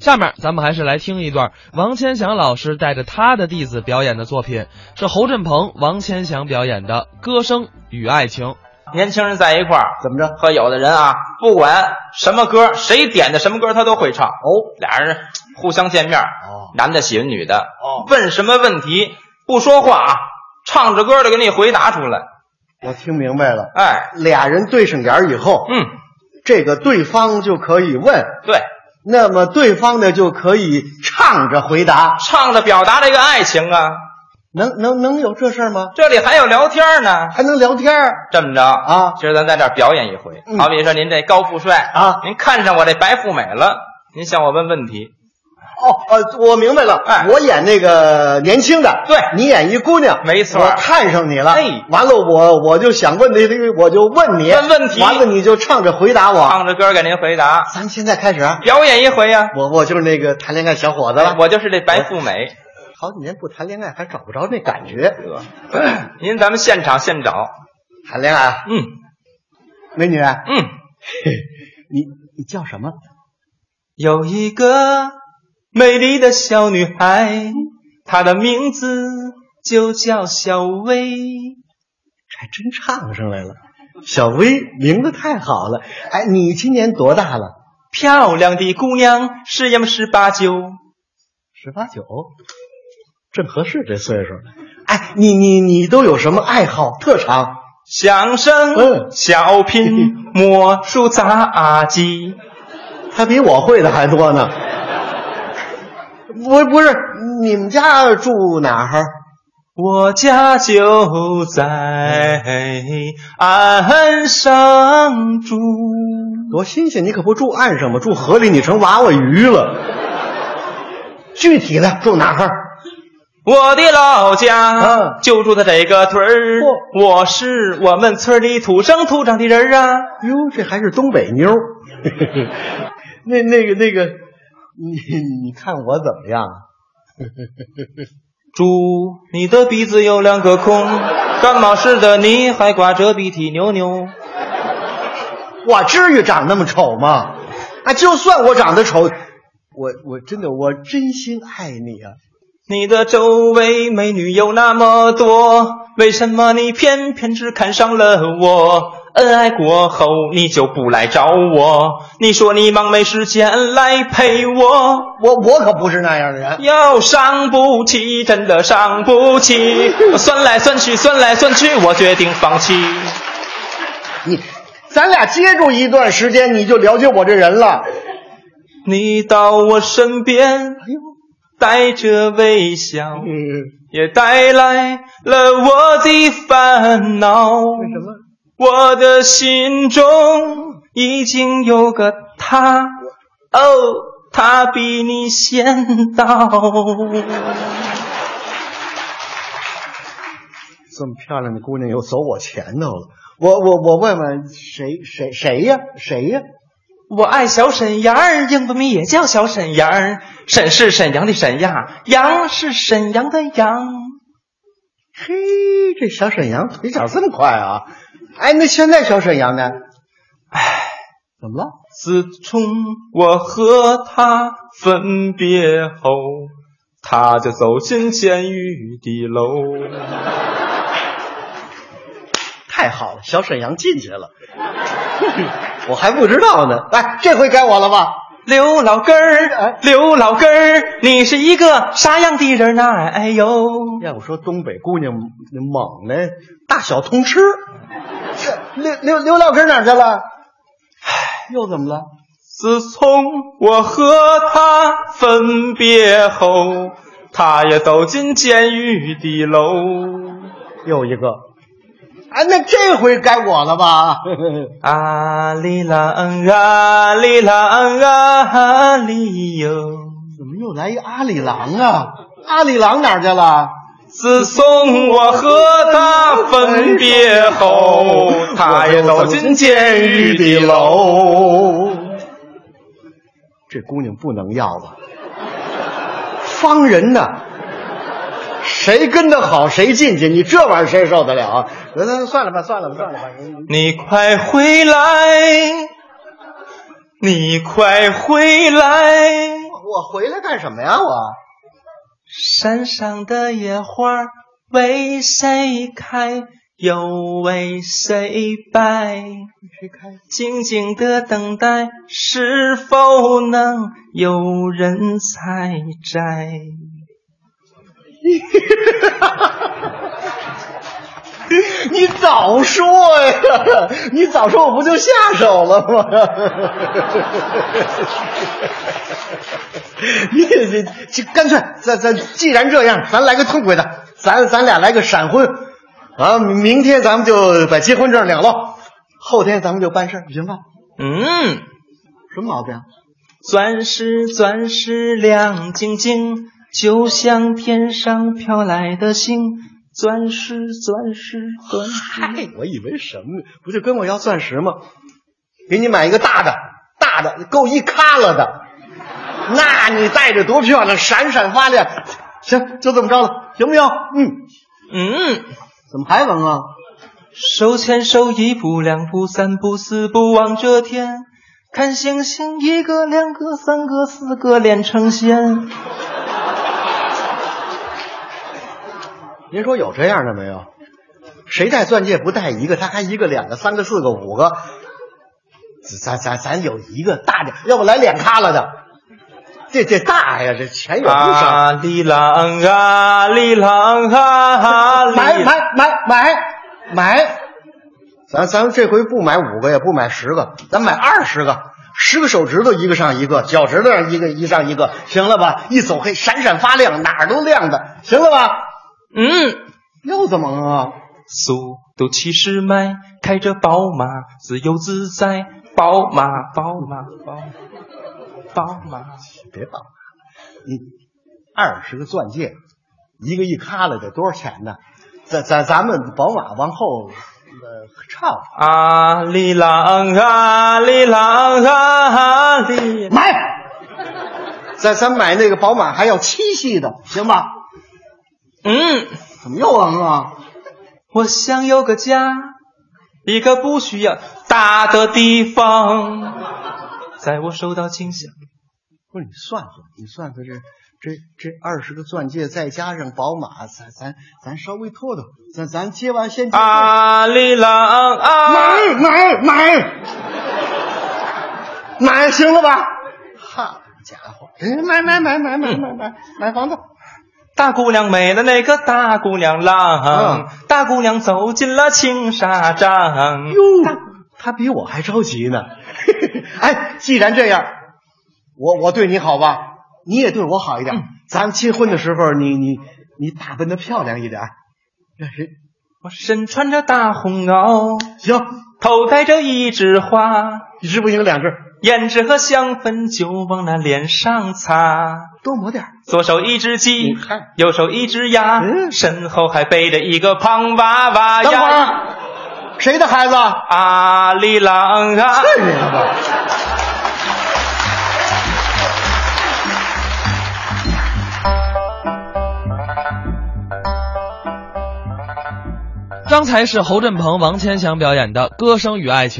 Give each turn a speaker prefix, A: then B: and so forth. A: 下面咱们还是来听一段王千祥老师带着他的弟子表演的作品，是侯振鹏、王千祥表演的《歌声与爱情》。
B: 年轻人在一块儿，
C: 怎么着？
B: 和有的人啊，不管什么歌，谁点的什么歌，他都会唱。哦，俩人互相见面，
C: 哦
B: 男的喜欢女的，
C: 哦
B: 问什么问题不说话啊，唱着歌的给你回答出来。
C: 我听明白了。
B: 哎，
C: 俩人对上眼儿以后，
B: 嗯，
C: 这个对方就可以问，
B: 对，
C: 那么对方呢就可以唱着回答。
B: 唱着表达这个爱情啊。
C: 能能能有这事儿吗？
B: 这里还有聊天呢，
C: 还能聊天儿？
B: 这么着
C: 啊
B: 今儿咱在这儿表演一回。
C: 嗯
B: 好比说您这高富帅
C: 啊
B: 您看上我这白富美了，您向我问问题。
C: 哦，呃，我明白了，
B: 哎
C: 我演那个年轻的，
B: 对
C: 你演一姑娘，
B: 没错
C: 我看上你了，
B: 哎
C: 完了我我就想问你，我就问你，
B: 问问题
C: 完了你就唱着回答我。
B: 唱着歌给您回答，
C: 咱现在开始啊，
B: 表演一回呀、
C: 我我就是那个谈恋爱小伙子了，
B: 我就是这白富美，
C: 好几年不谈恋爱还找不着那感觉，
B: 您咱们现场现找。
C: 谈恋爱啊，
B: 嗯
C: 美女，啊
B: 嗯，
C: 你你叫什么？
B: 有一个美丽的小女孩，她的名字就叫小薇。
C: 还真唱上来了，小薇名字太好了，哎，你今年多大了？
B: 漂亮的姑娘，是呀么十八九。
C: 十八九，正合适这岁数。哎，你你你都有什么爱好特长？
B: 相声、
C: 嗯
B: 小 品、魔术、杂技，
C: 他比我会的还多呢。不不是，你们家住哪儿？
B: 我家就在岸上住。
C: 多新鲜！你可不住岸上吗？住河里你成娃娃鱼了。具体的住哪儿？
B: 我的老家
C: 啊
B: 就住在这个屯儿，我是我们村里土生土长的人啊。
C: 哟，这还是东北妞儿。 那那个那个，你你看我怎么样？啊
B: 猪，你的鼻子有两个孔，感冒时的你还挂着鼻涕牛牛。
C: 我至于长那么丑吗？啊，就算我长得丑，我我真的我真心爱你啊！
B: 你的周围美女有那么多，为什么你偏偏只看上了我？恩爱过后你就不来找我，你说你忙没时间来陪我，
C: 我我可不是那样的人。
B: 又伤不起，真的伤不起。我算来算去，算来算去，我决定放弃。
C: 你，咱俩接触一段时间，你就了解我这人了。
B: 你到我身边，
C: 哎呦，
B: 带着微笑，
C: 嗯，
B: 也带来了我的烦恼。
C: 为什么？
B: 我的心中已经有个他，哦，他比你先到。
C: 这么漂亮的姑娘又走我前头了。我我我问问谁谁谁呀、谁呀、
B: 我爱小沈阳儿，英文名也叫小沈阳儿。沈是沈阳的沈呀，阳是沈阳的阳。
C: 嘿，这小沈阳腿脚这么快啊！哎，那现在小沈阳呢？哎，怎么了？
B: 自从我和他分别后，他就走进监狱的楼。
C: 太好了，小沈阳进去了， 我还不知道呢。哎，这回该我了吧？
B: 刘老根儿
C: 哎，
B: 刘老根儿，你是一个啥样的人呐、哎呦，
C: 要我说，东北姑娘猛的大小通吃。这刘刘刘老根哪儿去了？唉，又怎么了？
B: 自从我和他分别后，他也走进监狱的楼。
C: 又一个。哎，那这回该我了吧？
B: 啊哩啦嗯啊哩啦嗯啊哩哟。
C: 怎么又来一阿里郎啊？阿里郎哪儿去了？
B: 自从我和他分别后，他也走进监狱的楼。
C: 楼。这姑娘不能要吧？方人呐，谁跟他好谁进去，你这玩意儿谁受得了啊？那那算了吧，算了吧，算了吧。
B: 你快回来，你快回来，
C: 我我回来干什么呀？我
B: 山上的野花儿为谁开，又为谁败？
C: 谁开？
B: 静静的等待，是否能有人采摘？
C: 你早说呀！你早说我不就下手了吗？ 你你这干脆，咱咱既然这样，咱来个痛快的，咱咱俩来个闪婚，啊，明天咱们就把结婚证领了，后天咱们就办事儿，行吧？
B: 嗯，
C: 什么毛病？啊
B: 钻石钻石亮晶晶，就像天上飘来的星。钻石钻石钻石，
C: 嗯我以为什么呢？不就跟我要钻石吗？给你买一个大的，大的够一卡拉的，那你戴着多漂亮，闪闪发亮。行，就这么着了，行不行？嗯，
B: 嗯，
C: 怎么还闻啊？
B: 手牵手一步两步三步四步望着天，看星星一个两个三个四个连成线。
C: 您说有这样的没有？谁戴钻戒不戴一个？他还一个、两个、三个、四个、五个。咱咱咱有一个大点，要不来两卡拉的。这这大呀，这钱有不少。
B: 啊里郎啊里郎啊里，
C: 买买买买买，咱咱这回不买五个，也不买十个，咱买二十个，十个手指头一个上一个，脚趾头上一个一上一个，行了吧？一走黑，闪闪发亮，哪儿都亮的，行了吧？
B: 嗯。
C: 又怎么了啊？
B: 速度七十迈，开着宝马，自由自在。宝马，宝马，宝马，宝马。
C: 别忘了，你二十个钻戒，一个一卡拉得多少钱呢？咱咱咱们宝马往后呃唱，
B: 啊里郎啊里郎啊里，
C: 买，咱咱买那个宝马还要七系的，行吧？
B: 嗯，
C: 怎么又完了？
B: 我想有个家，一个不需要大的地方，在我受到惊吓。
C: 不是你算算，你算算这这这二十个钻戒，再加上宝马，咱咱咱稍微拖拖，咱咱结完先结账
B: 啊里郎啊，
C: 买买买买，行了吧？好家伙，哎买买买买买买买买房子，
B: 大姑娘美的那个大姑娘
C: 嗯
B: 郎，大姑娘走进了青纱帐。
C: 哟，他比我还着急呢。 哎，既然这样，我我对你好吧，你也对我好一点。咱们结婚的时候，你你你打扮的漂亮一点，让谁
B: 我身穿着大红袄，
C: 行？
B: 头戴着一枝花，
C: 一只不行两只，
B: 胭脂和香粉就往那脸上擦。
C: 多抹点儿。
B: 左手一只鸡
C: 你看，
B: 右手一只鸭，
C: 嗯
B: 身后还背着一个胖娃娃
C: 等会
B: 呀。
C: 儿，谁的孩子？
B: 阿里郎啊，
C: 这人吧。
A: 刚才是侯振鹏、王千祥表演的《歌声与爱情》。